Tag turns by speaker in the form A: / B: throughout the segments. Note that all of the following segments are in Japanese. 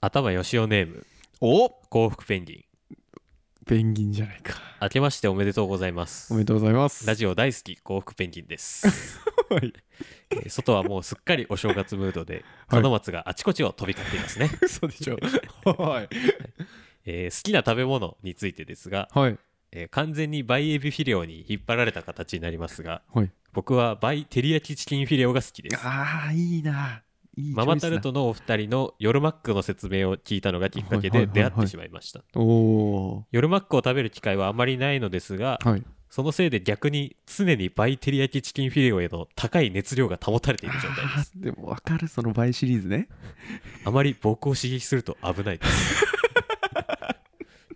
A: 頭よしおネーム
B: お
A: 幸福ペンギン
B: ペンギンじゃないか。
A: 明けましておめでとうございま
B: お
A: す
B: めでとうございます。
A: ラジオ大好き幸福ペンギンです
B: はい
A: えー外はもうすっかりお正月ムードで門松があちこちを飛び交っていますね、
B: 嘘でしょ。はい。
A: えー好きな食べ物についてですが、
B: はい。
A: えー完全にバイエビフィレオに引っ張られた形になりますが
B: はい。
A: 僕はバイテリヤキチキンフィレオが好きです
B: ああ、いいな。いい
A: ママタルトのお二人の夜マックの説明を聞いたのがきっかけで出会ってしまいました
B: おお
A: 夜マックを食べる機会はあまりないのですが
B: ー。はい。
A: そのせいで逆に常にバイテリヤキチキンフィレオへの高い熱量が保たれている状態で
B: あ
A: す
B: ーでも分かるその倍シリーズね
A: あまり僕を刺激すると危ないです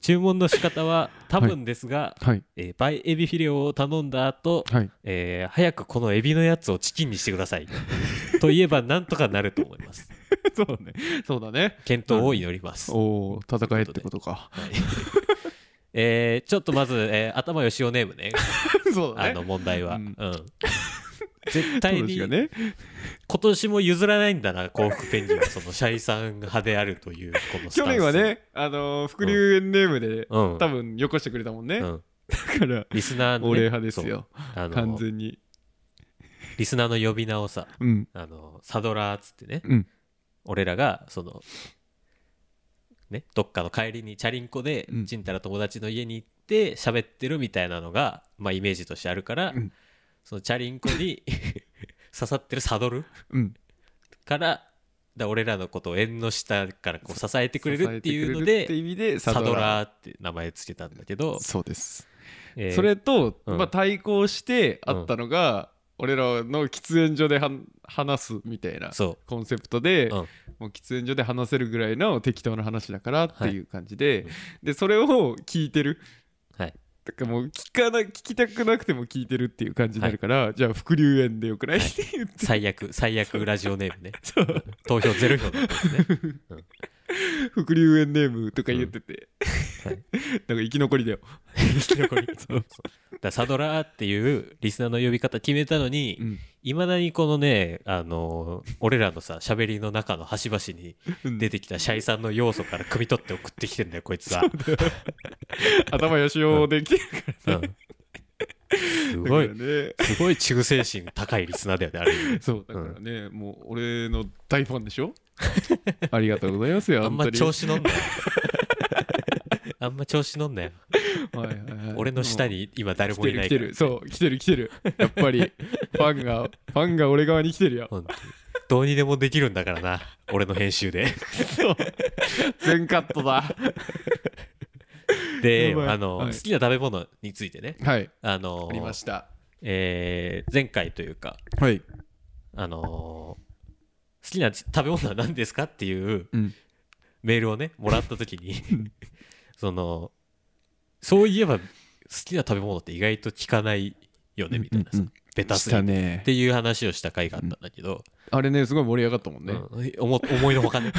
A: 注文の仕方は多分ですが、
B: はい
A: えーバイエビフィレオを頼んだ後
B: はい
A: えー早くこのエビのやつをチキンにしてくださいと言えばなんとかなると思います
B: そうだねそうだね
A: 検討を祈ります、はい
B: おお戦えってことか
A: えーちょっとまず、えー頭よしおネームね
B: そう
A: あ
B: だ
A: の
B: ね
A: 問題は、う
B: うんん
A: 絶対に
B: そうですよ
A: 今
B: ね
A: 年も譲らないんだな幸福ペンギンはそのシャイさん派であるというこのスタ
B: 去
A: ンス
B: 年はねあのー伏流園ネームで
A: うん
B: 多分よこしてくれたもんね
A: う
B: だ
A: ん
B: から
A: リスナーの、ね、
B: お礼派ですよ
A: そうあ
B: 完
A: の
B: 全に
A: リスナーの呼び名をさ
B: うん
A: あのサドラーっつってね、
B: うん
A: 俺らがそのねどっかの帰りにチャリンコで
B: うん
A: ちんたら友達の家に行って喋ってるみたいなのが、まあ、イメージとしてあるから、
B: うん
A: そのチャリンコに 刺さってるサドル
B: うん
A: からだ俺らのことを縁の下からこう支えてくれ
B: 支
A: る
B: え
A: っていうの
B: くれるって
A: で
B: 意味で
A: サド
B: ー
A: ラーって名前つけたんだけど、
B: そうです
A: えー
B: それと
A: うん
B: まあ対抗してあったのが俺らの喫煙所では話すみたいな
A: そ
B: コンセプトで、
A: うん
B: もう喫煙所で話せるぐらいの適当な話だからって
A: はい
B: いう感じで、でそれを聞いてる
A: うはい
B: だからもう聞かな聞きたくなくても聞いてるっていう感じになるから、じゃあ伏流園でよくない、
A: はい
B: って言って
A: 最悪最悪ラジオネームね
B: そう
A: 投票ゼロ票だったんです ね
B: 伏流園ネームとか言ってて、
A: うんはい
B: なんか生き残りだよ
A: 生き残り
B: そう
A: だからサドラーっていうリスナーの呼び方決めたの
B: う
A: に
B: ん
A: いま、未だにこのねあのー俺らのさ喋りの中の端々に
B: うん
A: 出てきたシャイさんの要素から汲み取って送ってきてんだよこいつは、
B: 頭よしおできる
A: うんすご
B: だ
A: い
B: からね
A: すごい忠誠心高いリスナーだよね あれ
B: そうだからね、もう俺の大ファンでしょ ありがとうございますよ
A: あんま
B: 本当に
A: 調子乗んなよあんま調子乗んなよ
B: はいはいはい
A: 俺の下に今誰もいないか
B: 来て
A: ら
B: る来てるそう来てる来てるやっ ぱりファンがファンが俺側に来てるよ
A: 本当にどうにでもできるんだから な俺の編集で
B: 全カットだ
A: で
B: やばい
A: あの、
B: は
A: 好
B: い
A: きな食べ物についてね
B: はい
A: あの
B: ありました
A: えー前回というか、
B: はい
A: あのー好きな食べ物は何ですかっていう
B: うん
A: メールをねもらった時に
B: うん
A: そのそういえば好きな食べ物って意外と聞かないよねみたいなさ、
B: うんうんうん
A: ベタすぎ
B: した
A: てっ
B: ね
A: ていう話をした回があったんだけど、
B: あれねすごい盛り上がったもんね、
A: うん思 思いのほ かね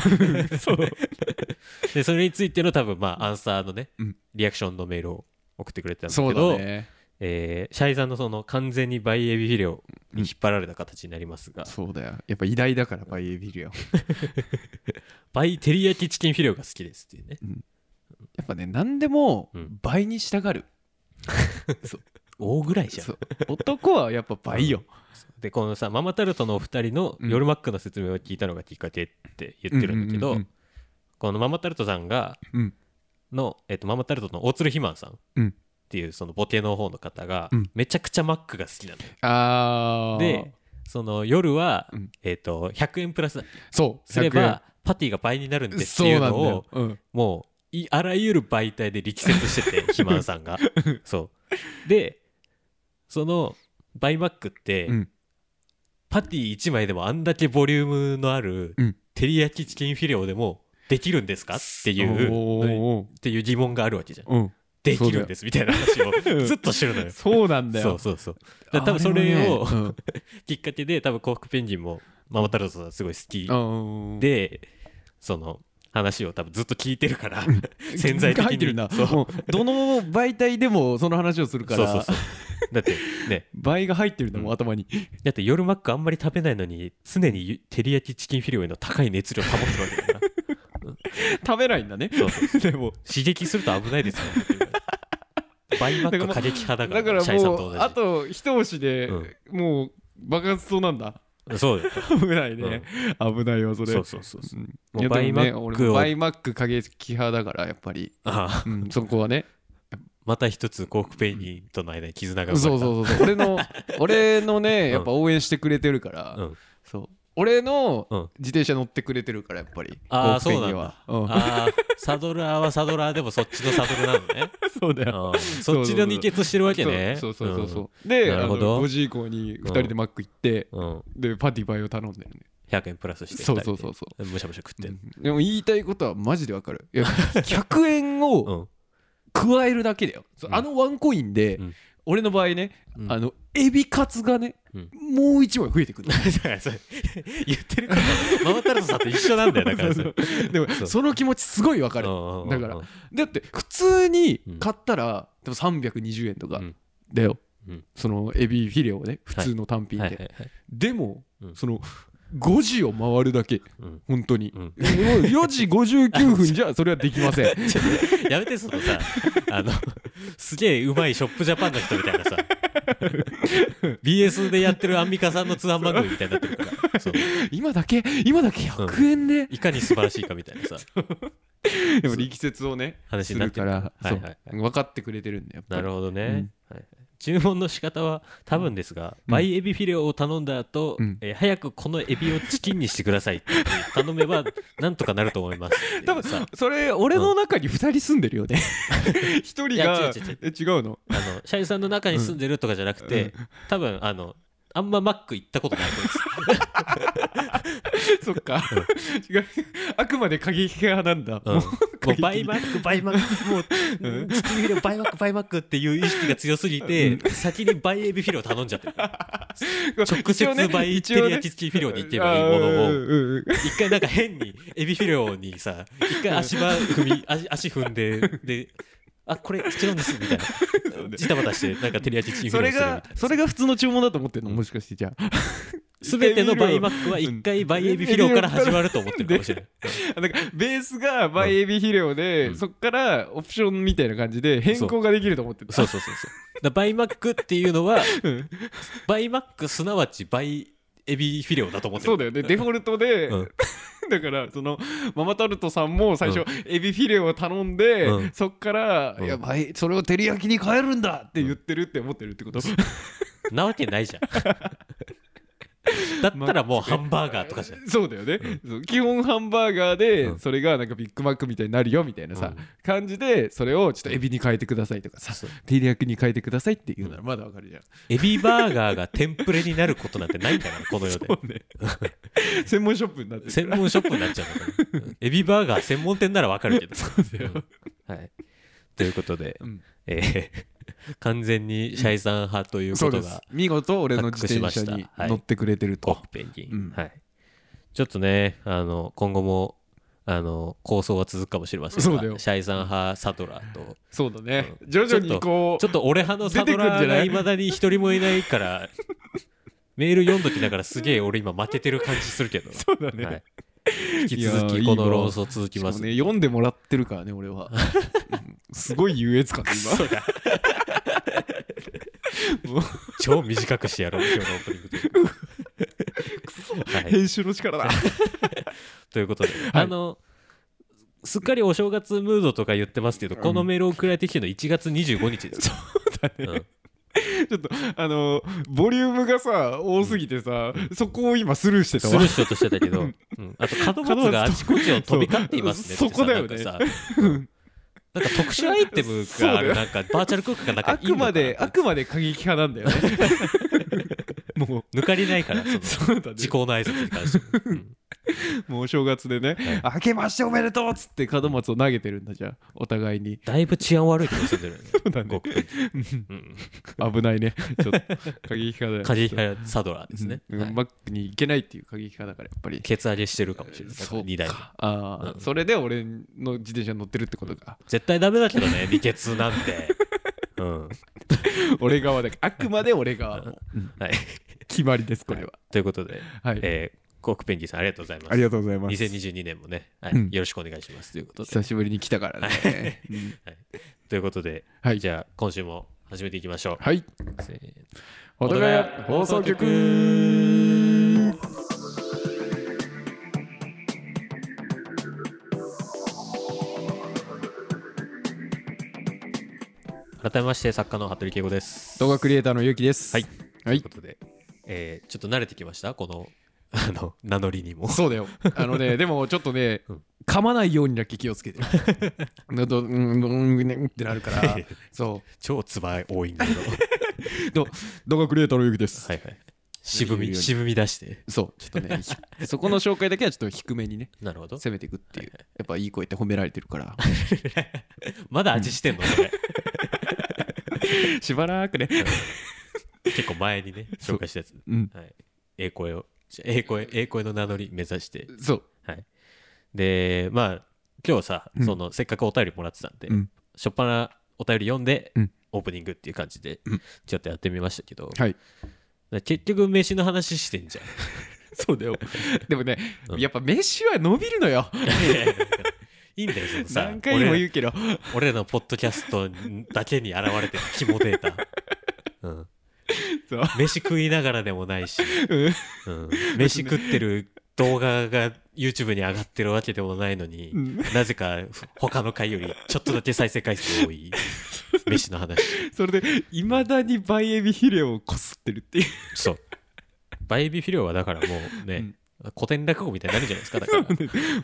A: でそれについての多分まあアンサーのね、
B: うん
A: リアクションのメールを送ってくれてたんだ
B: そ
A: け
B: う
A: ど
B: だね
A: えーシャイさんのその完全にバイエビフィレオに引っ張られた形になりますが、
B: そうだよやっぱ偉大だからバイエビリオ
A: バイテリヤキチキンフィレオが好きですっていうね。
B: やっぱね何でも
A: うん
B: 倍に従る、
A: 大ぐらいじゃ
B: そ
A: ん。
B: う男はやっぱ倍よ、
A: で、このさ、ママタルトのお二人の
B: うん
A: 夜マックの説明を聞いたのがきっかけって言ってるんだけど、
B: うんうん
A: このママタルトさんが、
B: うん
A: の、えっと、ママタルトの大鶴ひまんさんっ
B: うん
A: ていうそのボケの方の方が、
B: うん
A: めちゃくちゃマックが好きなの。
B: ああ
A: で、その夜は、
B: うん
A: えっと、100円プラス
B: そう
A: すれ
B: 100
A: ば、パティが倍になるん
B: 円
A: ですっ
B: そう
A: ていう
B: なん
A: の
B: だ
A: を
B: よ、、うん、
A: もういあらゆる媒体で力説 してて肥満さんがそうでそのバイマックって、
B: うん
A: パティ1枚でもあんだけボリュームのある、
B: うん
A: 照り焼きチキンフィレオでもできるんですかっていうっ
B: おー
A: ていう疑問があるわけじゃん
B: うん
A: できるんですみたいな話 をずっとしてるのよ
B: そうなんだ
A: そう
B: よ
A: そうそうだから多分それを
B: あれはね
A: きっかけで多分幸福ペンギンもママタルトさんすごい好き
B: うん、で
A: でその話を多分ずっと聞いてるから潜在的
B: 入ってるな
A: にそう
B: もうどの媒体でもその話をするから
A: そうそうそうだってね
B: 倍が入ってるんだもん、
A: うん
B: 頭に
A: だって夜マックあんま り食べないのに常に照り焼きチキンフィレオへの高い熱量保ってるわけだから
B: 食べないんだね
A: そうそう
B: でも
A: 刺激すると危ないですよ倍マック過激派だから
B: だから
A: シャイさん
B: も
A: と同
B: う
A: じ
B: あと一押しで、
A: うん
B: もう爆発しそうなんだ
A: そうだよ
B: 危ないね、危ないわそれ
A: そうそうそうそう
B: うん
A: もう
B: いや
A: バイ
B: で
A: マ
B: もね
A: ッ
B: 俺
A: ク
B: も
A: を
B: バイマック過激派だからやっぱり、
A: ああ
B: うん、そこはね
A: また一つ幸福ペニーとの間に絆が生まれた
B: そうそうそうそう 俺の俺のね
A: ん
B: やっぱ応援してくれてるから、
A: うん
B: そう俺の
A: うん
B: 自転車乗ってくれてるからやっぱり
A: あー
B: ゴークペンにはうん
A: ああサドラーはサドラーでもそっちのサドルなのね
B: そう だよ
A: ああそっちの二欠してるわけね
B: そうそうそうそう、
A: うん
B: で
A: なる
B: あ
A: ほ
B: の
A: ど
B: 5時以降に2人でマック行って、
A: うんうん
B: でパティバイを頼んでるね
A: 100円プラスして
B: そうそうそうそう
A: むしゃむしゃ食って
B: う
A: る
B: んでも言いたいことはマジでわかる いや100円を
A: ん
B: 加えるだけだよ、そう
A: うん
B: あのワンコインで、
A: うん
B: 俺の場合ね、
A: うん
B: あのエビカツがね、
A: うん
B: もう一枚増え てくる
A: だからそれ言ってることママタルトさんと一緒なんだよだ からそれ
B: でも
A: そう
B: その気持ちすごいわかる
A: うん
B: だからだって普通に
A: うん
B: 買ったら、でも320円とか
A: うん
B: だよ、
A: うん
B: そのエビフィレをね普通の単品で、
A: はいはいはい
B: でも、
A: うん
B: その5時を回るだけ
A: うん
B: 本当に、
A: うん
B: 4時59分じゃそれはできません
A: ちょっとやめてその さあのすげえうまいショップジャパンの人みたいな さ BS でやってるアンミカさんの通販番組みたいになってるからそう
B: 今だけ今だけ100円で、
A: いかに素晴らしいかみたいなさ
B: でも力説をね
A: 話
B: す
A: になっ
B: る
A: て
B: か
A: る
B: ら、
A: はいはいはい
B: そう分かってくれてるんだよ
A: なる
B: ほ
A: ほどね、はい注文の仕方は多分ですが、
B: うん
A: バイエビフィレオを頼んだ後、
B: うん
A: えー早くこのエビをチキンにしてください って頼めばなんとかなると思いますっていう
B: 多分
A: さ
B: それ俺の中に2人住んでるよね一人
A: いや違
B: が
A: う違う
B: え違うの
A: あの社員さんの中に住んでるとかじゃなくて、多分あのあんまマック行ったことない 子です
B: そっか、 違うあくまで過激派なんだ、
A: うん
B: も
A: も
B: う過
A: う
B: 激
A: バイマックバイマックもう
B: うん
A: チキンフィレオバイマックバイマックっていう意識が強すぎて先にバイエビフィレオ頼んじゃってる直
B: 一応ね
A: 接バイテリヤキチキンフィレオに行けばいいもの
B: あ
A: を
B: ーうんうん
A: 一回なんか変にエビフィレオにさ一回足場踏み足足踏んでであこれ違うんですみたいなジタバタしてなんか照り焼きチキンフィ
B: そ
A: レオ
B: れ
A: にするみたい
B: がそれが普通の注文だと思ってるのもしかしてじゃ あ
A: な全てのバイマックは一回バイエビフィレオから始まると思ってるかもしれない
B: なんかベースがバイエビ肥料で、
A: うん
B: そっからオプションみたいな感じで変更ができると思ってた
A: そうそうそうそうだバイマックっていうのは
B: うん
A: バイマックすなわちバイエビフィレオだと思ってる
B: そうだよねデフォルトで、
A: うん
B: だからそのママタルトさんも最初、エビフィレオを頼んで、
A: うん
B: そっから、
A: うん
B: いやばいそれを照り焼きに変えるんだって言ってるって思ってるってこと、
A: なわけないじゃん。だったらもうハンバーガーとかじゃん。
B: そうだよね、そう基本ハンバーガーで、
A: うん
B: それがなんかビッグマックみたいになるよみたいなさ、
A: うん
B: 感じでそれをちょっとエビに変えてくださいとかさ
A: そう
B: 照り焼きに変えてくださいっていうならまだわかるじゃん、
A: エビバーガーがテンプレになることなんてないんだから、この世で。
B: そうね 専門ショップになってる
A: 専門ショップになっちゃうんだから。うんエビバーガー専門店ならわかるけど。
B: だよ
A: うんはい。ということで、
B: うん
A: えー完全にシャイさん派という
B: そ
A: こ
B: う
A: と
B: です
A: が、
B: 見事俺の自
A: 発
B: 転
A: 覚しました
B: 車に
A: はい
B: 乗ってくれてると、
A: コッペンギン、
B: うん
A: はい。ちょっとね、あの、今後も、あの、構想は続くかもしれませんが、
B: そうだよ
A: シャイさん派サドラーと、
B: そうだね徐々にこう
A: ちょっと俺派のサドラーがいまだに一人もいないから、メール読んどきながらすげえ俺今負けてる感じするけど、
B: そうだね、
A: はい、引き続きこの論争続きます
B: し
A: ん
B: かも
A: で。
B: ね読んでもらってるからね 俺はうんすごい優越感
A: そうだ
B: 今もう
A: 超短くしてやろう、今日のオープニングで。はい、
B: 編集の力だ
A: ということで、あの、すっかりお正月ムードとか言ってますけど、このメールを送られてきてるの1月25日です。そうだね。
B: ちょっとあのボリュームがさ多すぎてさ、そこを今スルーしてた
A: ス
B: わ
A: ルーしようとしてたけど、うんあと門松があちこちを飛び交っていますね
B: そう
A: ってさ
B: そこだよね
A: なんかさうんなんか特殊アイテムがある
B: そうだよ
A: なんかバーチャル空間がな
B: あ
A: んかいいの
B: く
A: かな
B: まであくまで過激派なんだ よねもう
A: 抜かりないからその
B: そうだね
A: 時効の挨拶に関しても、うん
B: もうお正月でね「明けましておめでとう」っつって門松を投げてるんだじゃあお互 いに
A: だいぶ治安悪い気がするんだよ
B: そうだ
A: ねご
B: ね
A: くうん
B: 危ないねちょっと過激派だよ
A: 過激派サドラーですね、
B: うん
A: はい
B: マックに行けないっていう過激派だからやっぱり
A: ケツ上げしてるかもしれない
B: そう
A: 2台
B: かああ、
A: うん
B: それで俺の自転車に乗ってるってことか
A: 絶対ダメだけどね二ケツなんてうん
B: 俺側だからあくまで俺側の
A: はい
B: 決まりですこれは
A: ということで、
B: はい、
A: えーコックペンギンさんありがとうございます。
C: ありがとうございます。
A: 2022年もね、はい
C: うん
A: よろしくお願いしますということで。
B: 久しぶりに来たからね。うん
A: ということで、
B: はい
A: じゃあ今週も始めていきましょう。
B: はい。
A: せーの
B: お互い放送局。
A: 改めまして作家の服部恵子です。
B: 動画クリエイターのゆうきです。
A: はい。
B: は
A: という
B: い
A: こ。とで、えーちょっと慣れてきましたこのあの 名乗りにも。
B: そうだよ。あの ね、でもちょっとね
A: うん、
B: 噛まないようにだけ気をつけてる。 だと、うん、うん、ねうんってなるから。そ
A: 超つば多いんだ けど。
B: う。ど動画クリエイターのゆうきです。
A: はいはい。渋
B: いい
A: み、
B: よ
A: 渋み出して。
B: そう、ちょっとね、ひそこの紹介だけはちょっと低めに ね、
A: なるほど。
B: 攻めていくっていう。やっぱいい声って褒められてるから。
A: まだ味してんのそれ。
B: しばらくね。
A: 結構前 にね、紹介したやつ。
B: うん。
A: はい。ええ声を、ええ声、ええ声の名乗り目指して。
B: そう。
A: はい。で、まあ、今日さ、その、せっかくお便りもらってたんで、
B: うん
A: しょっぱなお便り読んで、
B: うん
A: オープニングっていう感じで
B: うん、
A: ちょっとやってみましたけど、
B: はい。
A: 結局、飯の話してんじゃん。
B: そうだよ。でもね
A: う、ん
B: やっぱ飯は伸びるのよ。
A: いいんだよ、そのさ、
B: 何回も
A: 俺
B: 言うけど。
A: 俺らのポッドキャストだけに現れてる肝データ。 うん
B: そう、
A: 飯食いながらでもないし、うん、飯食ってる動画が YouTube に上がってるわけでもないのに、
B: うん
A: なぜか他の回よりちょっとだけ再生回数多い飯の話
B: それで、いまだにバイエビヒレをこすってるっていう。
A: そうバイビフィレオはだからもうね、古典落語みたいになるじゃないですかだ から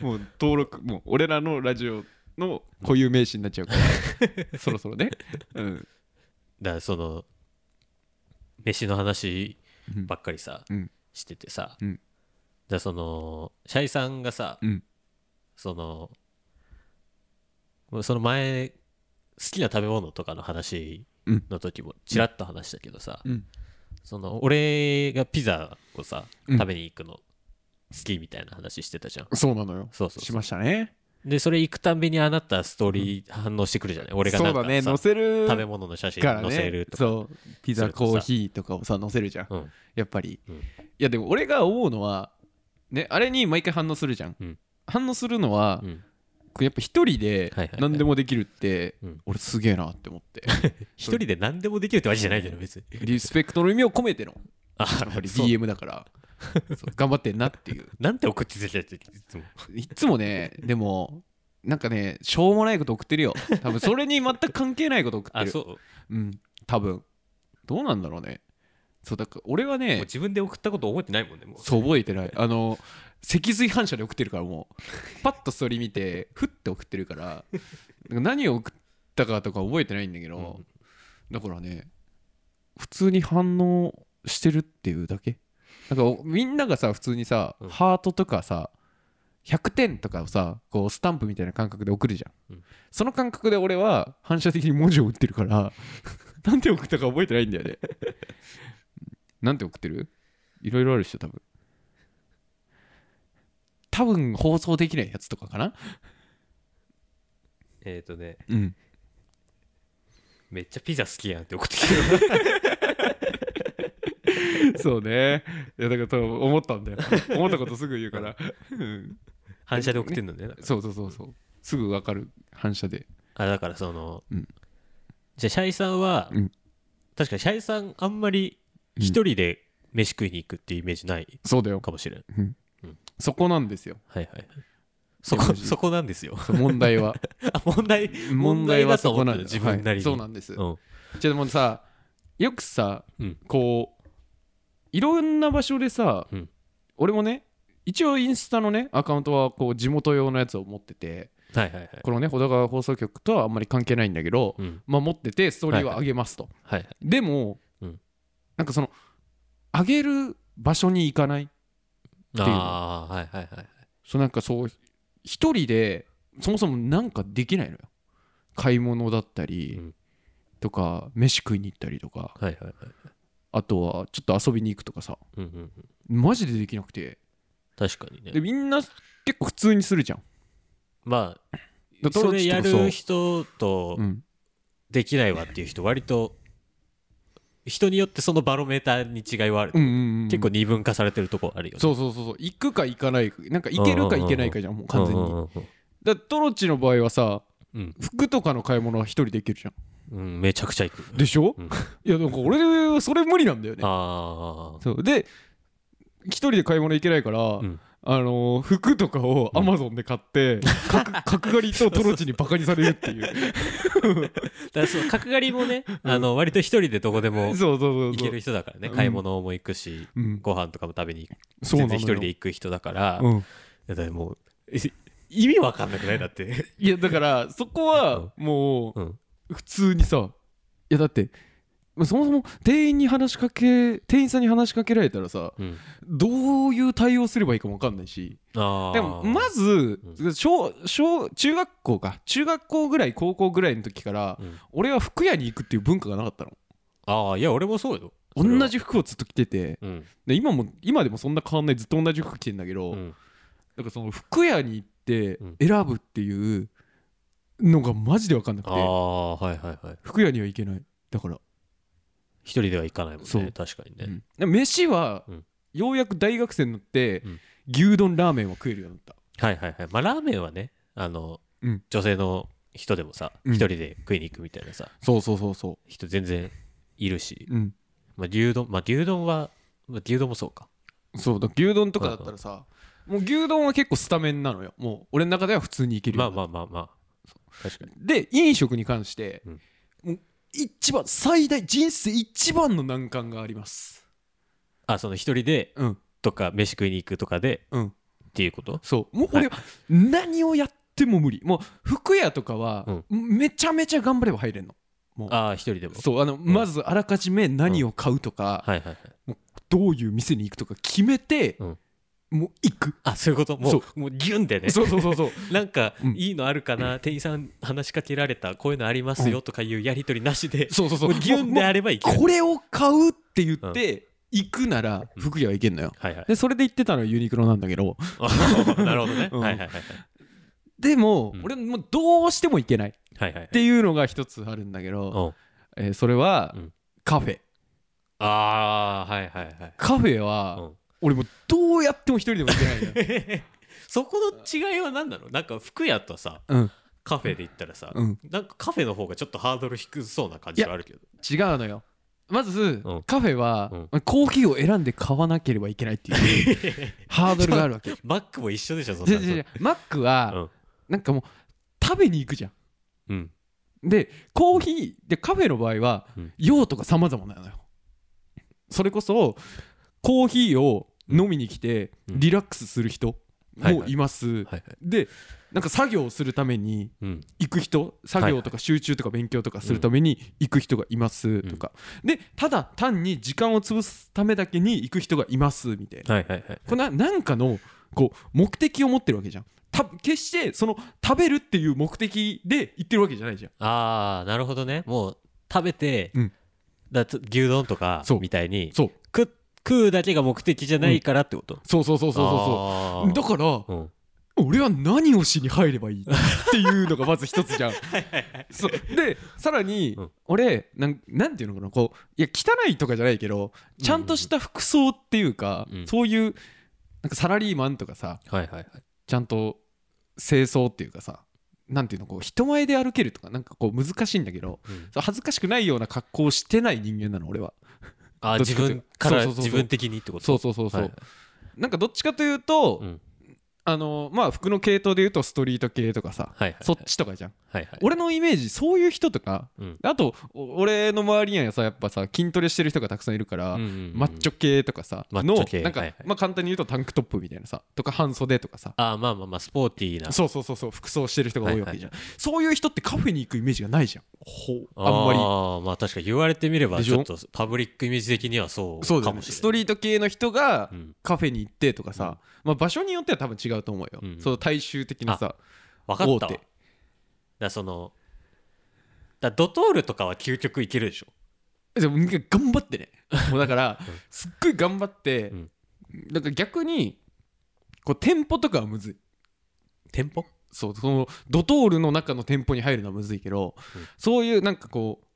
B: もう登録、もう俺らのラジオの固有名詞になっちゃう から、そろそろね。うん。
A: だからその飯の話
B: うん
A: ばっかりさ、
B: うん
A: しててさ、
B: うん
A: だからそのシャイさんがさ、
B: うん
A: そのもうその前好きな食べ物とかの話
B: うん
A: の時もちらっと話したけどさ、
B: うん
A: その俺がピザをさ
B: うん
A: 食べに行くの好きみたいな話してたじゃん、
B: そうなのよ。
A: そうそう
B: しましたね。
A: でそれ行くたんびにあなたストーリー反応してくるじゃない、俺が
B: そ
A: な
B: うん
A: か
B: だ
A: さ、
B: ね、載せる。
A: 食べ物の写真
B: から
A: 載せ
B: ね
A: るとか
B: そうピザコーヒーとかをさ載せるじゃん
A: うん
B: やっぱり、
A: うん
B: いやでも俺が思うのはねあれに毎回反応するじゃん、
A: うん
B: 反応するのは
A: う、ん
B: こうやっぱ一人で
A: はいはいはい
B: 何でもできるって、
A: うん
B: 俺すげえなって思って
A: 一人で何でもできるってわけじゃないけど別に。
B: リスペクトの意味を込めての
A: あ
B: やっぱり
A: そう
B: DM だからそう頑張ってんなっていう
A: なんて送ってきたやついつも。
B: いっつもねでもなんかねしょうもないこと送ってるよ多分それに全く関係ないこと送って
A: あ、
B: る
A: そう。も
B: うん多分どうなんだろうねそうだから俺は
A: う
B: ね
A: 自分で送ったこと覚えてないもんね、もう。
B: そう覚えてないあの脊髄反射で送ってるからもうパッとストーリー見てふって送ってるからなんか何を送ったかとか覚えてないんだけ
A: う
B: ど、
A: ん
B: だからね普通に反応してるっていうだけなんかみんながさ普通にさ、
A: うん
B: ハートとかさ100点とかをさこうスタンプみたいな感覚で送るじゃん、
A: うん
B: その感覚で俺は反射的に文字を打ってるから なんて送ったか覚えてないんだよね なんて送ってるいろいろあるでしょ多分多分放送できないやつとかかな
A: えっ、とね、
B: うん
A: めっちゃピザ好きやんって送ってき た。
B: そうねいやだから多分思ったんだよ思ったことすぐ言うから、うん
A: 反射で送ってんのね。
B: そうそうそうそう。すぐわかる反射で。
A: あ、だからその、
B: うん
A: じゃあシャイさんは、
B: うん
A: 確かにシャイさんあんまり一人で飯食いに行くっていうイメージない
B: そうだよ。
A: かもしれん。
B: そこなんですよ。
A: はいはいはい。そこ、
B: マジ
A: そこなんですよ。
B: そう問題は。
A: あ、問題、
B: 問題は
A: だと
B: そこ
A: 思っ
B: な
A: た
B: ん
A: の、
B: です
A: 自分なりに。
B: そうなんで
A: う
B: す。
A: ん
B: じゃあでもさ、よくさ、
A: うん
B: こう、いろんな場所でさ、
A: うん
B: 俺もね、一応インスタのね、アカウントはこう地元用のやつを持ってて、
A: はいはいはい。
B: このね、小田川放送局とはあんまり関係ないんだけど、
A: うん。
B: まあ持ってて、ストーリーは上げますと。
A: はいはい。
B: でも、
A: うん
B: なんかその、上げる場所に行かないいうの
A: ああ、はいはいはい。
B: そうなんかそう一人でそもそもなんかできないのよ買い物だったり、
A: うん
B: とか飯食いに行ったりと
A: は
B: か
A: いはいはい。
B: あとはちょっと遊びに行くとかさ
A: うんうんうん。
B: マジでできなくて
A: 確かに
B: で
A: ね。
B: みんな結構普通にするじゃん
A: まあ、
B: だ
A: それや
B: 友
A: る
B: 達
A: 人と
B: とかそううん
A: できないわっていう人、割と人によってそのバロメーターに違いはある、
B: うんうんうん
A: 結構二分化されてるとこあるよね
B: そうそうそうそう行くか行かないかなんか行けるか行けないかじゃんもう完全にだからトロチの場合はさ
A: うん
B: 服とかの買い物は一人で行けるじゃん
A: うん、うん、めちゃくちゃ行く
B: でしょ、
A: うん
B: いやなんか俺はそれ無理なんだよね
A: ああ
B: そうで一人で買い物行けないから、
A: ん
B: あのー服とかをアマゾンで買って、 角角刈りとトロチにバカにされるっていう
A: だからその角刈りもね、あの割と一人でどこでも
B: そうそうそ
A: 行
B: うそ
A: け
B: う
A: る人だからね
B: うん
A: 買い物も行くし、
B: うん
A: ご飯とかも食べに行く
B: そう
A: 全
B: なの
A: 然
B: よ
A: 一人で行く人だから、
B: うん
A: だってもうえ意味わかんなくないだって、
B: いやだからそこはも
A: うん、
B: う普通にさいやだってまあそもそも店員に話しかけ店員さんに話しかけられたらさ
A: うん、
B: どういう対応すればいいかも分かんないし
A: ああ
B: でもまず
A: う
B: 小小中学校か中学校ぐらい高校ぐらいの時から
A: うん
B: 俺は服屋に行くっていう文化がなかったの
A: ああいや俺もそうよそれは
B: 同じ服をずっと着てて
A: うん
B: で今も今でもそんな変わんないずっと同じ服着てんだけど、
A: うん
B: だからその服屋に行って
A: うん
B: 選ぶっていうのがマジで分かんなく
A: あ
B: て、
A: あはいはいはい
B: 服屋には行けないだから、
A: 一人では行かないもん
B: そう
A: ね確かに
B: う
A: ね、
B: んで飯は、
A: うん
B: ようやく大学生になって、
A: うん
B: 牛丼ラーメンは食えるようになった
A: はいはいはいまあラーメンはねあの、
B: うん
A: 女性の人でもさ
B: うん
A: 一人で食いに行くみたいなさ、
B: そうそうそうそ
A: 人全然いるし、
B: ううん
A: まあ、牛丼まあ牛丼は、まあ、牛丼もそうか
B: そうだ牛丼とかだったらさ、もう牛丼は結構スタメンなのよもう俺の中では普通に行けるよ
A: ま
B: う
A: あ
B: に
A: ま
B: なっ
A: あまあまあ確かに
B: た、で飲食に関して、
A: うん
B: もう一番最大人生一番の難関があります
A: あその一人で
B: うん
A: とか飯食いに行くとかで
B: うん
A: っていうこと
B: そうもう俺は何をやっても無理もう服屋とかはめちゃめちゃ頑張れば入れんの
A: ああ一人でも
B: そうあのまずあらかじめ何を買うとか、
A: はいはいはい
B: どういう店に行くとか決めて、
A: うん
B: もう行く、
A: あそういうことも
B: そう
A: もうギュンでね
B: そうそうそうそう
A: なんか
B: うん
A: いいのあるかな、 店員さん話しかけられたこういうのありますよとかいうやり取りなしで、
B: そうそうそ
A: も
B: う
A: うギュンで
B: もう
A: あればいける
B: これを買うって言って行くなら
A: うん
B: 服屋は行けんのよ
A: はいはい
B: でそれで行ってたのはユニクロなんだけど
A: あなるほどね、
B: うん
A: はいはいはい
B: でも、
A: うん
B: 俺もうどうしても行けないっ
A: はいはいはい
B: ていうのが一つあるんだけど、
A: うん
B: えーそれは、
A: うん
B: カフェ
A: ああはいはいはい
B: カフェは、
A: うん
B: 俺もうどうやっても一人でも行けないのよ
A: そこの違いは何なのなんか服屋とさ
B: うん
A: カフェで言ったらさ、
B: うん
A: なんかカフェの方がちょっとハードル低そうな感じがあるけど
B: 違うのよまず、
A: うん
B: カフェは、
A: うん
B: コーヒーを選んで買わなければいけないっていう ハードルがあるわけ
A: マックも一緒でしょそん
B: 違
A: な
B: う違う違うマックは、なんかもう食べに行くじゃん
A: うんうん
B: でコーヒーでカフェの場合は、
A: うん
B: 用途が様々なのよそれこそコーヒーを飲みに来て
A: うん
B: リラックスする人
A: はい
B: も
A: はい
B: います、
A: はいはい
B: でなんか作業をするために
A: うん
B: 行く人作業とか集中とか勉強とかするために行く人がいますとか、でただ単に時間を潰すためだけに行く人がいますみたいな
A: はいはいはい
B: これななんかのこう目的を持ってるわけじゃんた決してその食べるっていう目的で行ってるわけじゃないじゃん
A: ああなるほどねもう食べて、
B: うん
A: だつ牛丼とか
B: そう
A: みたいに
B: そう
A: 食食うだけが目的じゃないからってこと、
B: そうそうそうそうそうそうだから
A: ううん
B: 俺は何をしに入ればいいっていうのがまず一つ じゃんそうでさらに
A: うん
B: 俺なんなんていうのかなこういや汚いとかじゃないけどちゃんとした服装っていうか、
A: うん
B: そういうなんかサラリーマンとかさ
A: はいはいはい
B: ちゃんと清掃っていうかさなんていうのこう人前で歩けるとかなんかこう難しいんだけど
A: うん
B: そう恥ずかしくないような格好をしてない人間なの俺は
A: あー
B: どっち
A: 自
B: かという
A: 分から
B: そうそうそうそう
A: 自分的にってこと
B: そうそうそうそう、
A: はいはい
B: なんかどっちかというと、
A: うん
B: あのまあ服の系統でいうとストリート系とか
A: は
B: さ、
A: いはいはい
B: そっちとかじゃん、
A: はいはい
B: 俺のイメージそういう人とか
A: うん
B: あとお俺の周りにはさやっぱさ筋トレしてる人がたくさんいるから、
A: うんうんうん
B: マッチョ系とかさ
A: マ
B: の
A: ッチョ系
B: なんか、
A: はいはい
B: まあ、簡単に言うとタンクトップみたいなさとか半袖とかさ
A: あーまあまあまあスポーティーな
B: そうそうそうそう服装してる人が多いわけじゃん、そういう人ってカフェに行くイメージがないじゃんあんまり
A: あーまあ確かに言われてみれば
B: でし
A: ちょ
B: ょ
A: っとパブリックイメージ的にはそう
B: そうだ
A: か
B: よね
A: もし
B: ス
A: れ
B: ト
A: ない
B: リート系の人が
A: うん
B: カフェに行ってとかさ、まあ、場所によっては多分違うと思うよ、
A: うんうん
B: その大衆的なさ
A: 分かったわ
B: 大手
A: だからそのだからドトールとかは究極いけるでしょ
B: でもなんか頑張っ てねもうだからすっごい頑張って、
A: うん
B: なんか逆にこう店舗とかはむずい
A: 店舗
B: そうそのドトールの中の店舗に入るのはむずいけど、
A: うん
B: そういうなんかこう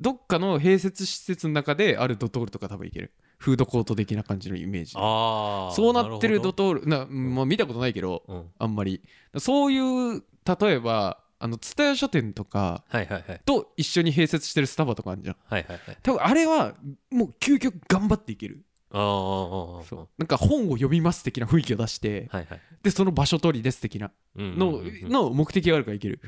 B: どっかの併設施設の中であるドトールとか多分いけるフードコート的な感じのイメージ
A: ああ
B: そうなってるドトールな、まあ、見たことないけど
A: うん、はい
B: あんまりそういう例えばあの蔦屋書店とか
A: はいはい
B: と一緒に併設してるスタバとかあるじゃん
A: はいはいはい
B: 多分あれはもう究極頑張っていける
A: ああ
B: そ
A: そう
B: なんか本を読みます的な雰囲気を出して
A: はいはい
B: でその場所取りです的な
A: うん
B: の
A: うんうんうん
B: の目的があるからいける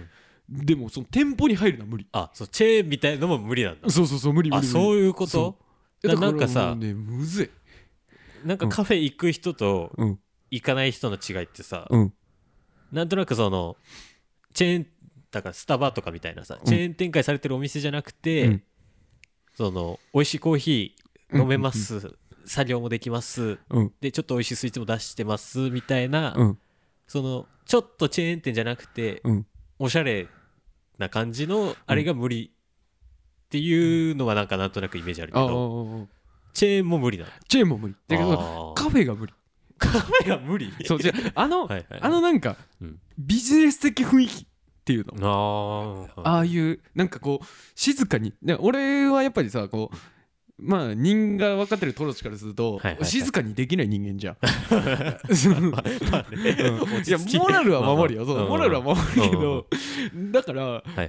B: でもその店舗に入るのは無理
A: あそうチェーンみたいのも無理なんだ
B: そうそうそう無理
A: あ
B: 無理無理
A: そういうこと
B: そいや
A: ななんかさ
B: だらもうねむずい
A: なんかカフェ行く人と
B: うん
A: 行かない人の違いってさ、
B: うん
A: なんとなくそのチェーンだからスタバとかみたいなさ、
B: うん
A: チェーン展開されてるお店じゃなくて、
B: うん
A: その美味しいコーヒー飲めます、作業もできます
B: うん
A: でちょっと美味しいスイーツも出してますみたいな、
B: うん
A: そのちょっとチェーン店じゃなくて、
B: うん
A: おしゃれな感じのあれが無理っていうのはなんかなんとなくイメージあるけ
B: あああああ
A: ど、チェーンも無理なの
B: あチェーンも無理だけど
A: あー
B: カフェが無理
A: カフェが無理
B: そう違うあの
A: はいはい
B: あのなんか
A: うん
B: ビジネス的雰囲気っていうの
A: あー
B: ああいうなんかこう静かにで俺はやっぱりさこうまあ人が分かってるトロチからすると、
A: はいはいはい
B: 静かにできない人間 じゃん。うん
A: まあね落
B: い
A: ち
B: や
A: 着きね
B: モラルは守るよ、
A: まあま
B: そ
A: あ
B: うモラルは守るけど、だから
A: うんはいはい
B: い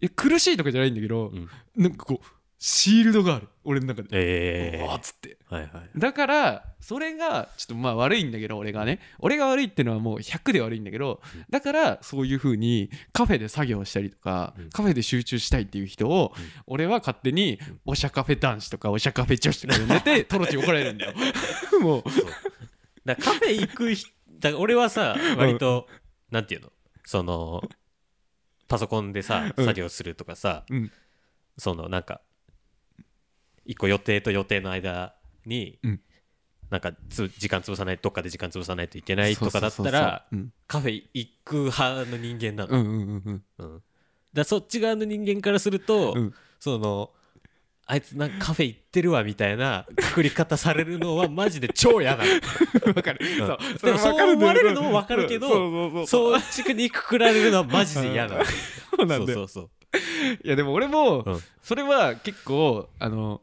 B: や苦しいとかじゃないんだけど、
A: うん
B: なんかこうシールドがある俺の中で、
A: ええ
B: わーっつって
A: はいはい
B: だからそれがちょっとまあ悪いんだけど俺がね俺が悪いってのはもう100で悪いんだけど
A: うん
B: だからそういう風にカフェで作業したりとか
A: うん
B: カフェで集中したいっていう人を
A: うん
B: 俺は勝手に
A: ん
B: おしゃカフェ男子とかおしゃカフェ女子とか呼んで てトロチに怒られるんだよ もう
A: そうだからカフェ行く人だから俺はさ割となんていうのそのパソコンでさ
B: うん
A: 作業するとかさ
B: うん
A: そのなんか一個予定と予定の間に
B: うん
A: なんかつ時間潰さないどっかで時間潰さないといけないとかだったら
B: そうそうそうそう
A: カフェ行く派の人間なの
B: うんうんうんう
A: う
B: ん
A: ん、だからそっち側の人間からすると、
B: うん
A: そのあいつなんかカフェ行ってるわみたいなくくり方されるのはマジで超嫌な の
B: うんわかる
A: うん
B: そう
A: でも
B: れわか
A: そう
B: る
A: 思
B: んだよ
A: われるのもわかるけど
B: そうそうそ
A: そう
B: う
A: っちにくくられるのはマジで嫌なの
B: そうなんだよ
A: そうそう
B: いやでも俺も
A: うん
B: それは結構あの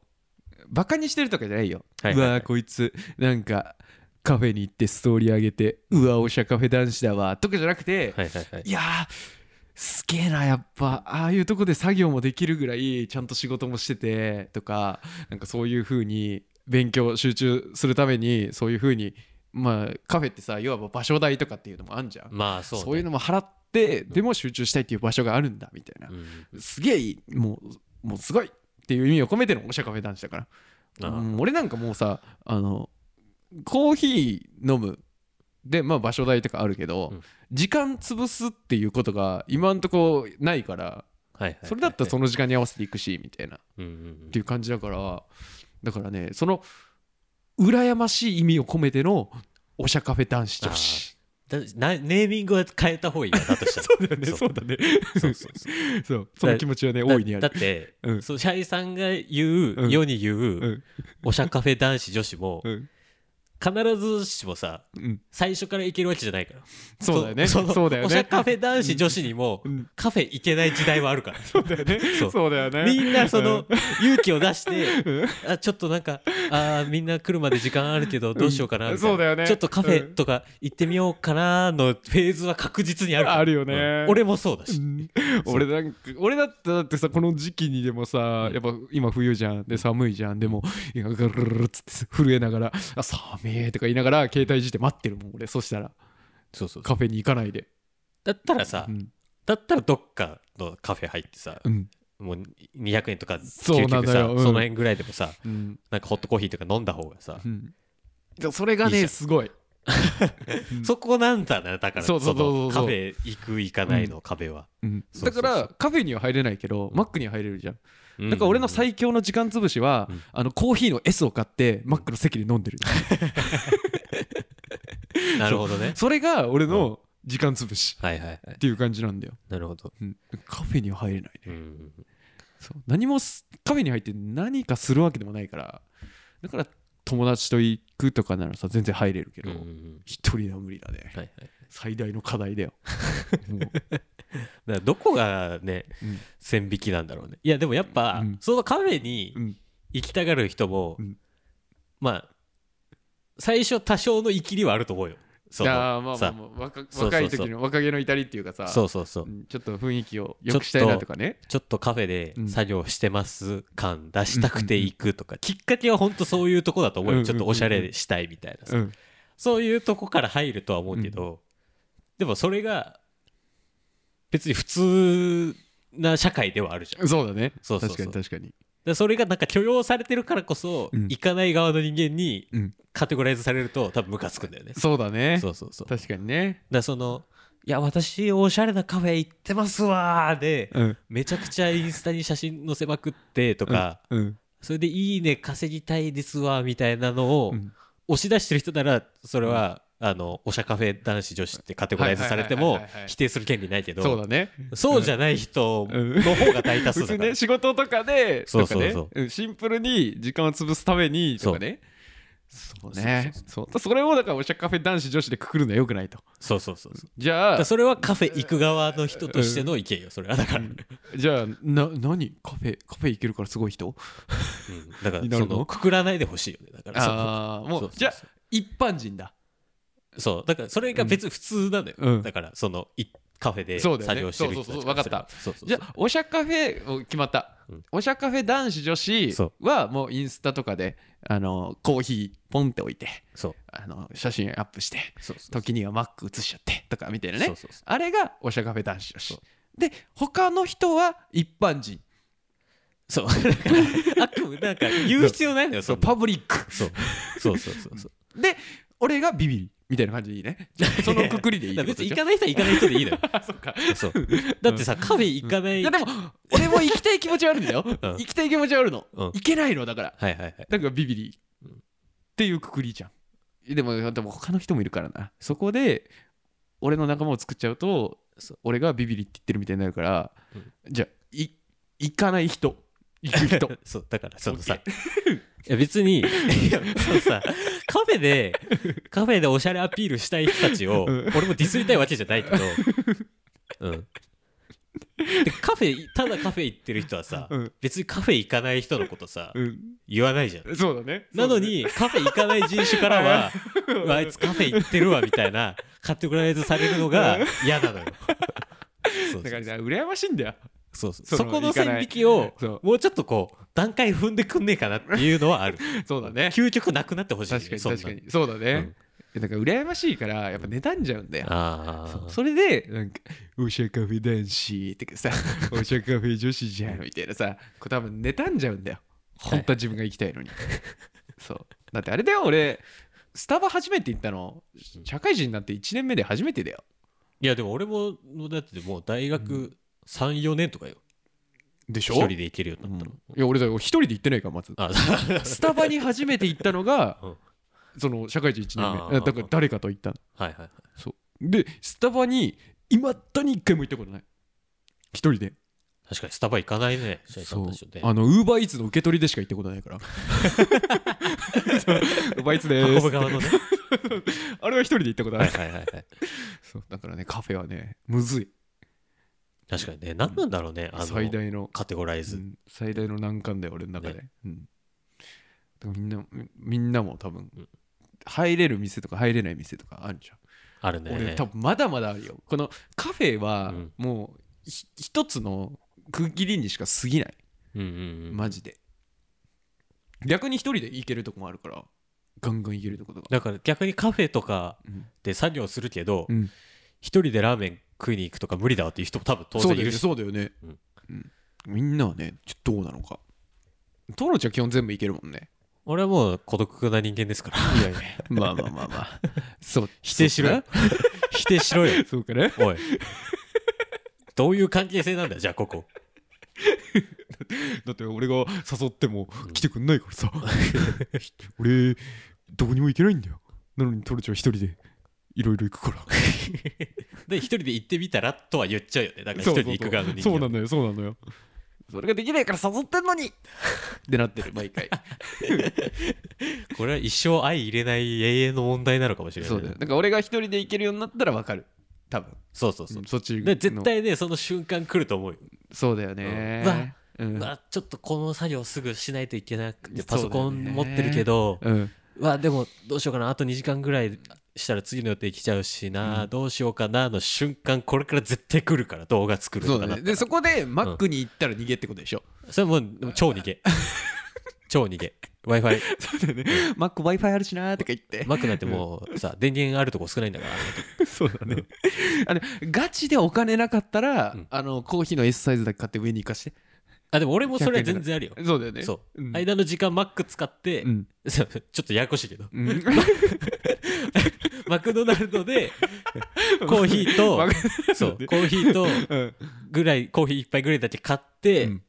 B: バカにしてるとかじゃないよ、
A: はいはいはいう
B: わーこいつなんかカフェに行ってストーリー上げてうわおしゃカフェ男子だわとかじゃなくて、
A: はいはいはい
B: い、やーすげえなやっぱああいうとこで作業もできるぐらいちゃんと仕事もしててとかなんかそういう風に勉強集中するためにそういう風にまあカフェってさいわば場所代とかっていうのもあんじゃん
A: まあそう、ね、
B: そういうのも払ってでも集中したいっていう場所があるんだみたいな
A: う、ん、
B: すげえいいもうもうすごいっていう意味を込めてのおしゃカフェ男子だから
A: ああ
B: うん俺なんかもうさあのコーヒー飲むでまあ場所代とかあるけど、
A: うん
B: 時間潰すっていうことが今んとこないから
A: はいはい
B: それだったらその時間に合わせていくしみたいなっ
A: うんうん
B: ていう感じだからだからねその羨ましい意味を込めてのおしゃカフェ男子女子
A: うん、だなネーミングは変えた方がいい よだとしたらそうだよ
B: そうだね
A: そうそうそう
B: そうその気持ちはね
A: だ
B: 大いにあ
A: だっ
B: る
A: て、
B: うん
A: そうシャイさんが言う、
B: うん
A: 世に言う、
B: うん
A: おしゃカフェ男子女子も、
B: うん
A: 必ずしもさ
B: うん
A: 最初から行けるわけじゃないから
B: そうだよね
A: その
B: そうだよ
A: おしゃ
B: ね
A: カフェ男子女子にも、
B: うん
A: カフェ行けない時代はあるから
B: そうだよね
A: そう
B: そうだよね
A: みんなその
B: う
A: 勇気を出して
B: うん
A: あちょっとなんかあーみんな来るまで時間あるけどどうしようかなみたいな
B: そうだよね
A: ちょっとカフ
B: う
A: ェ
B: ん
A: とか行ってみようかなのフェーズは確実にあるから
B: あるよね
A: うん俺もそうだし、そう
B: 俺なんか俺だったらだってさこの時期にでもさ
A: うん
B: やっぱ今冬じゃんで寒いじゃんでもいやガルルルっつって震えながら「あ寒え」とか言いながら携帯いじって待ってるもん俺そしたら
A: そうそうそう
B: カフェに行かないで
A: だったらさ、
B: うん
A: だったらどっかのカフェ入ってさ
B: うん
A: もう200円とか
B: そう
A: 究
B: なのよ
A: 極さそ,、
B: うん
A: の辺ぐらいでもさ
B: うん
A: なんかホットコーヒーとか飲んだ方がさ、
B: うんでそれが
A: いいじゃ
B: ね
A: ん
B: すごいうん
A: そこなんだなだから
B: そうそうそうそう
A: のカフェ行く行かないの壁は、
B: うん
A: そう
B: だ
A: そ
B: か
A: うそう
B: らカフェには入れないけどマックには入れるじゃんだから俺の
A: 最
B: 最強の時間潰しは
A: うん
B: あのコーヒーの S を買ってマックの席で飲んでる
A: なるほどね
B: それが俺の時間潰し
A: はいはいはい
B: っていう感じなんだよ
A: なるほど、
B: うんカフェには入れない
A: うん、
B: そう何もすカフェに入って何かするわけでもないからだから友達と行くとかならさ全然入れるけ
A: うん
B: ど
A: うんう
B: 一
A: ん、、
B: 人は無理だね
A: はいはい
B: 最大の課題だよもう
A: からどこがね
B: うん
A: 線引きなんだろうねいやでもやっぱ、
B: うん
A: そのカフェに
B: うん
A: 行きたがる人も、
B: うん
A: まあ最初多少の生きりはあると思うよそ
B: い
A: の
B: やーまあまあ
A: さ
B: まあ若
A: そうそう
B: 若い時の若気の至りっていうかさ
A: そうそうそう
B: うんちょっと雰囲気を良くしたいなとかね
A: ちょっとカフェで
B: うん
A: 作業してます感出したくて行くとか、きっかけは本当そういうとこだと思う
B: う
A: よ
B: んうんう
A: ち
B: んう
A: ょ
B: ん
A: っとおしゃれしたいみたいなさ、
B: うん
A: そういうとこから入るとは思うけど、でもそれが別に普通な社会ではあるじゃん
B: そうだね
A: そうそうそう
B: 確かに確かに
A: でそれがなんか許容されてるからこそ、
B: うん
A: 行かない側の人間に
B: うん
A: カテゴライズされると多分ムカつくんだよね、
B: そうだね
A: そうそうそうだか
B: 確かにね
A: らそのいや私おしゃれなカフェ行ってますわーで、
B: うん
A: めちゃくちゃインスタに写真載せまくってとか、
B: うん
A: それでいいね稼ぎたいですわーみたいなのを
B: うん
A: 押し出してる人ならそれは、あのおしゃカフェ男子女子ってカテゴライズされて
B: はい
A: も
B: はいはいはいはい
A: 否定する権利ないけど
B: そうだね
A: そうじゃない人の方が大多
B: 普
A: 数だ
B: 通
A: から
B: ね仕事とかで
A: そ
B: と
A: う
B: か
A: そうそう
B: ねうんシンプルに時間を潰すためにとかねそうねそうそれをだからおしゃカフェ男子女子でくくるのはよくないと
A: そうそうそうそう
B: じ
A: だ
B: ゃ
A: か
B: あ
A: らそれはカフェ行く側の人としての意見よそれはだから、うん
B: じゃあな何カフェカフェ行けるからすごい人
A: だから
B: にな
A: そ
B: るの
A: のくくらないでほしいよねだから
B: ああ
A: そう
B: もう
A: そう
B: じゃあ一般人だ
A: そうそうだからそれが別に普通なのよ、
B: うん
A: だからそのいカフェで
B: そう
A: 作
B: だよね
A: 業してる人たちらすればそうそうそう
B: じゃあおしゃカフェお決まった、
A: うん
B: おしゃカフェ男子女子
A: そ
B: はもうインスタとかであのコーヒーポンって置いて
A: そう
B: あの写真アップして
A: そうそう
B: 時にはマック写しちゃってとかみたいなね
A: そうそうそう
B: あれがおしゃカフェ男子女
A: そう
B: 子で他の人は一般人
A: そう だからあくまでなんか言う必要ないのよ
B: そ
A: そううそ
B: パ
A: う
B: ブリック
A: そうそうそうそう
B: で俺がビビリみたいな感じでいいねそのくくりでい い
A: だ
B: っ
A: から
B: て
A: 別に
B: ことでしょ
A: 行かない人は行かない人でいいのよ
B: あそっか
A: そうだってさカフェ行かない、
B: い
A: は
B: や
A: い
B: でも俺も行きたい気持ちはあるんだよ、
A: ん
B: 行きたい気持ちはあるの、
A: うん
B: 行けないのだから
A: はいはい
B: だからビビリっていうくくりじゃんでもでも他の人もいるからなそこで俺の仲間を作っちゃうとそう俺がビビリって言ってるみたいになるから、
A: うん
B: じゃあい行かない人行 く人
A: そうだからそのさ いや別にいやそのさカフェでカフェでおしゃれアピールしたい人たちを
B: うん
A: 俺もディスりたいわけじゃない けどうんでカフェただカフェ行ってる人はさ、
B: うん
A: 別にカフェ行かない人のことさ、
B: うん
A: 言わないじゃん
B: そうだね
A: なのにカフェ行かない人種からはうわあいつカフェ行ってるわみたいなカテゴライズされるのが嫌 なのよそうそ
B: だ
A: う
B: からさ羨ましいんだよ
A: そうそう
B: その
A: そこの
B: 行かない
A: 線引きを
B: そう
A: もうちょっとこう段階踏んでくんねえかなっていうのはある
B: そうだね
A: 究極なくなってほしいよね
B: 確かに
A: そんな
B: 確かにそうだね、だから羨ましいからやっぱ妬んじゃうんだよ、
A: あ
B: そう
A: あ
B: それでなんか「おしゃカフェ男子」って かさ「おしゃカフェ女子じゃん」みたいなさこう多分妬んじゃうんだよ本当は自分が行きたいのに、そうだってあれだよ俺スタバ初めて行ったの社会人になって1年目で初めてだよ
A: いやでも俺もだってもう大学34年とかよ
B: でし
A: 一
B: ょ
A: 人で行けるようになったの
B: いや俺だよ一人で行ってないからまず
A: あ
B: スタバに初めて行ったのが、
A: うん
B: その社会人1
A: あ
B: 年
A: ー
B: 目だから誰かと行ったの
A: はいはいはい
B: そうでスタバにいまだに一回も行ったことない一人で
A: 確かにスタバ行かないねシャイさ
B: そ
A: ん
B: う
A: と一緒で
B: あのウーバーイーツの受け取りでしか行ったことな いからウーバーイーツで
A: 運ぶ
B: す
A: 側の ね
B: あれは一人で行ったこと
A: は
B: ないい
A: はいはいはい
B: そうだからねカフェはねむずい
A: 確かにね何なんだろうねあ
B: 最
A: の
B: 大の、
A: カテゴライ
B: う
A: ズ
B: ん最大の難関だよ俺の中で、うんだからみんなみみんなも多分、
A: うん
B: 入れる店とか入れない店とかあるじゃん、
A: あるね
B: 俺多分まだまだあるよこのカフェは
A: うん
B: もうひ一つの区切りにしか過ぎない
A: うんうんうん
B: マジで逆に一人で行けるとこもあるからガンガン行けるとことが
A: だから逆にカフェとか
B: うん
A: で作業するけど
B: うん
A: 一人でラーメン食いに行くとか無理だわっていう人も多分当
B: そう
A: 然
B: だ
A: い
B: よね
A: るし
B: そうだよね、
A: うん
B: うんみんなはねちょっとどうなのかトロちゃん基本全部いけるも んね
A: 俺はもう孤独な人間ですから
B: いやいやまあまあまあまあ そう
A: 否定しろよ否定しろ よ
B: そうかね
A: おいどういう関係性なんだよじゃあここ
B: だって俺が誘っても来てくんないから さ俺どこにも行けないんだよなのにトロちゃんは一人でいろいろ行くから
A: で一人で行ってみたらとは言っちゃうよねだから一人で行く側の人間
B: そうなのよそうなのよそれができないから誘 ってんのにってなってる毎 回
A: これは一生相入れない永遠の問題なのかもしれない
B: そうだよ。だから俺が一人で行けるようになったら分かる。多分
A: そうそうそう
B: うんそっちの
A: で絶対ねその瞬間来ると思うよ、
B: そうだよね
A: うんうわ
B: うん
A: うわちょっとこの作業すぐしないといけなくて
B: そうだ
A: パ
B: よね
A: ソコン持ってるけど、
B: うん
A: うわでもどうしようかなあと2時間ぐらいしたら次の予定来ちゃうしな、
B: うん
A: どうしようかなの瞬間これから絶対来るから動画作る
B: そ
A: と
B: う
A: か
B: だ
A: なっ
B: ね
A: たら
B: でそこでマックに行ったら逃げってことでしょ、
A: それもうでも超逃 げ超逃げ w i f i
B: そうだよねマック w i f i あるしなーとか言って、
A: マックなんてもうさ電源あるとこ少ないんだから
B: そうだね あのガチでお金なかったら、
A: うん
B: あのコーヒーの S サイズだけ買って上に行かして
A: あでも俺もそれは全然あるよ
B: そうだよね、
A: そう
B: ん、
A: 間の時間マック使って、
B: うん
A: ちょっとややこしいけど
B: うん
A: マクドナルド でコーヒーと
B: マク
A: そうコーヒーと
B: うん
A: ぐらいコーヒー一杯ぐらいだけ買って、
B: うん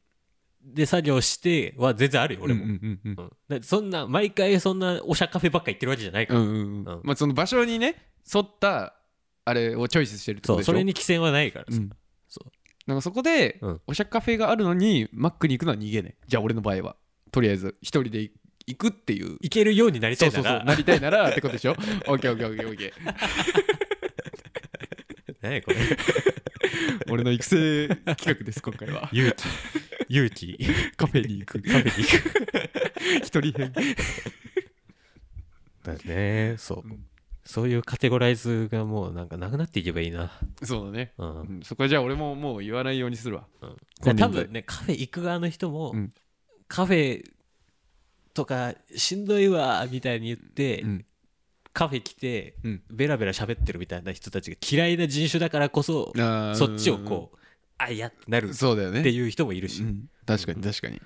A: で作業しては全然あるよ俺も、
B: うんうんうん
A: うんだってそんな毎回そんなおしゃカフェばっか行ってるわけじゃないか
B: う
A: ら、
B: んうんう
A: うんん
B: まあその場所にね沿ったあれをチョイスしてるってこ
A: そ
B: と
A: う
B: でしょ
A: それに規制はないからさ、
B: うん
A: そ
B: なんかそこで
A: うん
B: おしゃカフェがあるのにマックに行くのは逃げねじゃあ俺の場合はとりあえず一人で行くっていう
A: 行けるようになりた
B: そ
A: いうな
B: そ
A: ら
B: うそうなりたいならってことでしょ オッケーオッケーオッケーオッケー
A: 何やこれ
B: 俺の育成企画です今回は
A: 勇気勇気
B: カフェに行く
A: カフェに行く
B: 一人編
A: だね そう、
B: うん
A: そういうカテゴライズがもうなんかなくなっていけばいいな
B: そうだね
A: うん
B: うんそこはじゃあ俺ももう言わないようにするわ
A: うん、多分ねカフェ行く側の人も、
B: うん
A: カフェとかしんどいわみたいに言って、
B: うん
A: カフェ来て、
B: うん
A: ベラベラ喋ってるみたいな人たちが嫌いな人種だからこそ
B: あー
A: そっちをこうあいやってなる
B: うん
A: っ
B: そうだよね
A: ていう人もいるし、
B: うん確かに確かに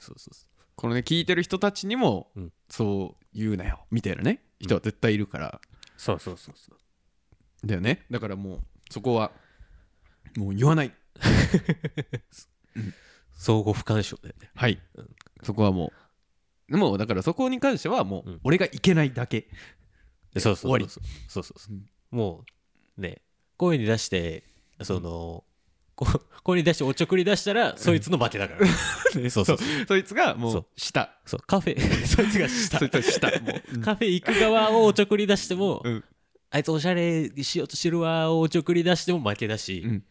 A: そうそうそ
B: このね聞いてる人たちにも、
A: うん
B: そう言うなよみたいなね人は絶対いるから、
A: うそうそうそう
B: だよねだからもうそこはもう言わない
A: 相互不干渉だよね
B: はい、
A: ん
B: そこはもうもうだからそこに関してはも
A: う
B: うん俺がいけないだけ、
A: そうそう
B: 終
A: そう
B: わ
A: そうそうそうそう
B: うん
A: もうね声に出してその、こ声に出しておちょくり出したら、そいつの負けだから そうそう
B: そそいつがも
A: そうう
B: した
A: そうカフェ そいつがした
B: そいつがしたもう、 うん
A: カフェ行く側をおちょくり出しても、
B: うん
A: あいつおしゃれしようとしてるわをおちょくり出しても負けだし、
B: うん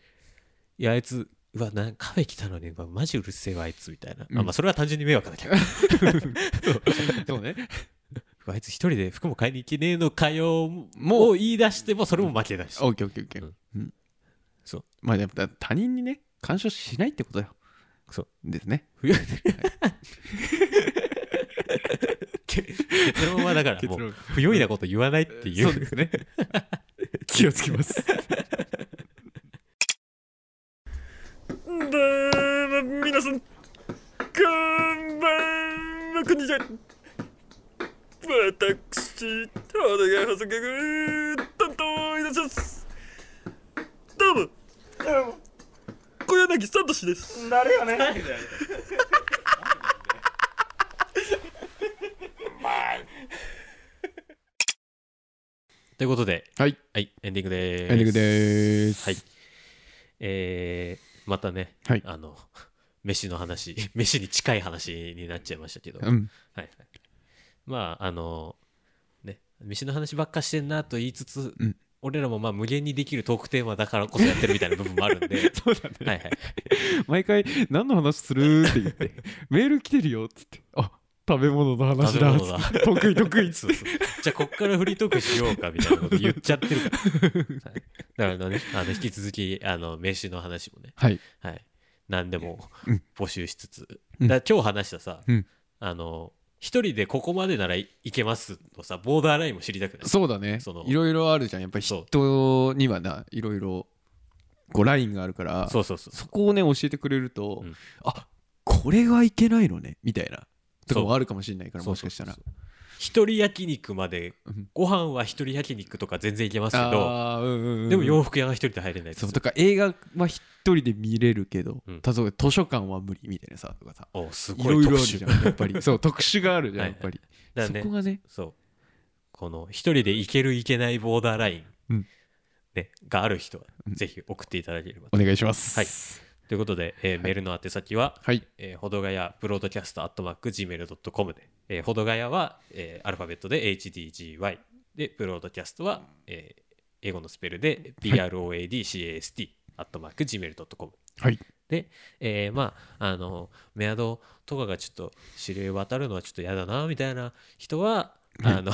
A: いやあいつうわなカフェ来たのにうわマジうるせえわあいつみたいな、
B: うん
A: あまあそれは単純に迷惑だけ どう
B: そうね
A: わあいつ一人で服も買いに行けねえのかよ
B: も
A: もう言い出してもそれも負けだし、
B: オッケーオッケーオッケー
A: うん
B: うん
A: そう
B: まあやっぱ他人にね干渉しないってことよ
A: そう
B: ですね
A: 結論はだ からもう不用意なこと言わないってい
B: そう
A: う
B: で すね気をつけます
C: 皆さん、こんばんは、こんにちは。私、田中補足役担当いたします。どうも。どうも。小柳聡です。なるよね。
A: ということで
B: はい
A: はいエンディングでーす
B: エンディングでーす
A: はいえー、またね、
B: はい
A: あの飯の話 飯に近い話になっちゃいましたけど、
B: う
A: はい
B: ん
A: はい、まああのね飯の話ばっかしてんなと言いつつ、
B: うん
A: 俺らもまあ無限にできるトークテーマだからこそやってるみたいな部分もあるんで
B: そうだね
A: はいはい
B: 毎回何の話するって言って メール来てるよっつってあ食べ物の話だ
A: 食べ物だ
B: つって 得意得意っつ
A: そうそうじゃあこっからフリートークしようかみたいなこと言っちゃってる から、はい、だからねあの引き続きあの飯の話もね
B: はい
A: はい、何でも
B: うん
A: 募集しつつ、
B: うん
A: だから今日話したさ、
B: うん
A: あの一人でここまでならいいけますのさボーダーラインも知りたくない
B: そうだね
A: その
B: いろいろあるじゃんやっぱり
A: そう
B: 人にはないろいろこうラインがあるから
A: そうそうそう
B: そこをね教えてくれると、
A: うん
B: あこれはいけないのねみたいなとか
A: そ
B: もあるかもしれないから
A: そ
B: も
A: う
B: しかしたら
A: そうそうそう一人焼肉まで
B: うん
A: ご飯は一人焼肉とか全然いけますけど
B: あーうんうんうん
A: でも洋服屋が一人で入れないです
B: そうとか映画は一人で見れるけど、
A: うん
B: 例えば図書館は無理みたいなさとかさ
A: おす
B: い
A: ご
B: ろ
A: い
B: いろ
A: 特
B: あるじ
A: 殊
B: ゃんやっ ぱりそう特殊があるじゃん
A: はい
B: やっぱり、
A: だから
B: そ
A: ね
B: こがね
A: そうこの一人で行ける行けないボーダーライン、
B: うん
A: ね、がある人は
B: うん
A: ぜひ送っていただければと、
B: お願いします
A: ということで、えーメールの宛先は
B: はいはい
A: えー、ほどがやブロードキャストアットマーク Gmail.com で、えー、ほどがやは、えーアルファベットで HDGY でブロードキャストは、え英語のスペルで BROADCAST アットマーク Gmail.com
B: はい
A: で、えーまああのメアドとかがちょっと知り渡るのはちょっと嫌だなみたいな人はあの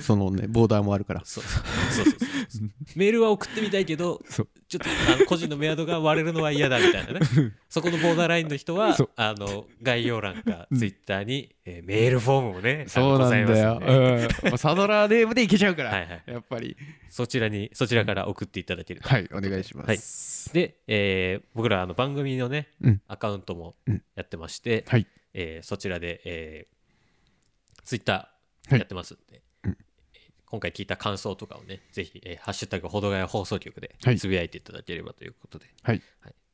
B: そのねボーダーもあるから
A: そうそうそうそう そうメールは送ってみたいけどち
B: そ
A: ょっ
B: う
A: とあの個人のメアドが割れるのは嫌だみた いなねそこのボーダーラインの人は
B: そう
A: あの概要欄かツイッターに、えーメールフォームもねあの
B: そうなんだよ、
A: ございますんで
B: うんもうサドラーネームでいけちゃうから、
A: はいはい
B: やっぱり
A: そちらにそちらから送っていただけると
B: はいお願いします
A: で、えー僕らあの番組のね、
B: うん
A: アカウントも
B: うん
A: やってまして、
B: はい
A: えーそちらで、えー、ツイッタ
B: は
A: ー
B: い
A: やってますんで、
B: うん
A: えー今回聞いた感想とかをねぜひ、えーハッシュタグほどがや放送局」で
B: はい
A: つぶやいていただければということで、
B: はい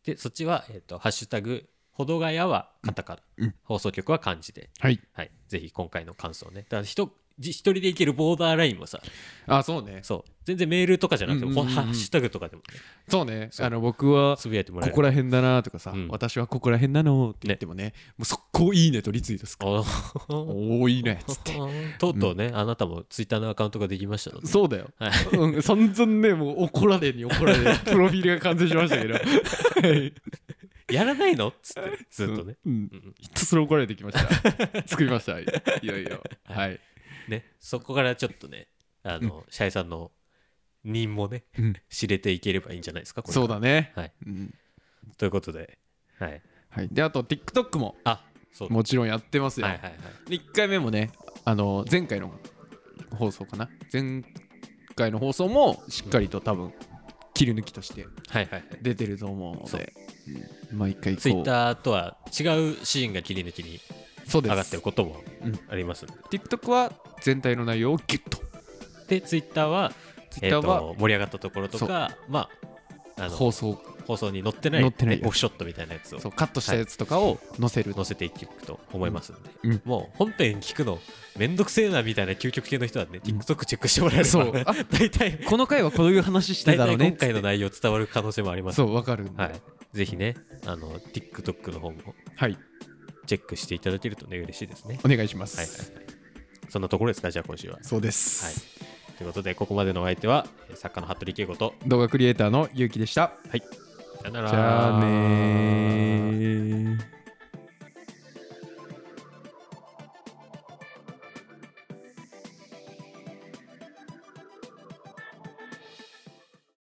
A: でそっちは、えーと「ハッシュタグほどがや」はカタカナ、
B: うん
A: 放送局は漢字で、
B: はい
A: はい、ぜひ今回の感想をねだから人じ一人でいけるボーダーラインもさ
B: あそうね
A: そう全然メールとかじゃなくても、
B: うんうんうん
A: ハッシュタグとかでもね、
B: そうね
A: そう
B: あの僕は
A: つぶやいてもらえる
B: ここら辺だなとかさ、
A: うん
B: 私はここら辺なのって言ってもねもう速攻いいねとリツイートする
A: おー
B: おおいいねっつって
A: とうとうね、あなたもツイッターのアカウントができましたので、
B: そうだよ、
A: はい
B: うん、散々ねもう怒られに怒ら れにプロフィールが完成しましたけどはい
A: やらないのっつ って、ずっとね。
B: うん、うん
A: うん
B: ひたすら怒られてき ました。作りました。いよいよ。はい。
A: ね、そこからちょっとね、あの、シャイさんの任もね、
B: うん
A: 知れていければいいんじゃないですか、これ
B: そうだね。
A: はい。
B: うん
A: ということで、はい。
B: はい。で、あと TikTok も
A: あ、そうだ
B: もちろんやってますよ。
A: はいはいはい。
B: 1回目もね、あの前回の放送かな。前回の放送もしっかりと多分切り抜きとして
A: はいはいはい。
B: 出てると思うの
A: そう
B: で、うん毎回こう
A: ツイッターとは違うシーンが切り抜きに
B: そう
A: 上
B: です
A: がってることも
B: うん
A: ありますの
B: TikTok は全体の内容をギュッと
A: で、ツイッターは、えっ
B: Twitter は
A: と盛り上がったところとか、まあ、あの
B: 放送
A: 放送に載ってない
B: 載ってないやつ
A: オフショットみたいなやつを
B: そうカットしたやつとかを載せる
A: 載せていくと思いますので、
B: うん
A: もう本編聞くのめんどくせえなみたいな究極系の人はね、
B: うん
A: TikTok チェックしてもらえれば
B: そうあ
A: 大体
B: この回はこういう話 して
A: 大
B: たの
A: 体
B: ね
A: 今回の内容伝わる可能性もあります
B: そうわかるんで
A: はい、ぜひねあの TikTok の方も
B: はい
A: チェックしていただけるとね嬉しいですね
B: お願いします、
A: はいはいはいそんなところですかじゃあ今週はは
B: そうです、
A: いということでここまでのお相手はえー作家の服部恵子と
B: 動画クリエイターのゆうきでした
A: さよなら
B: じゃあねー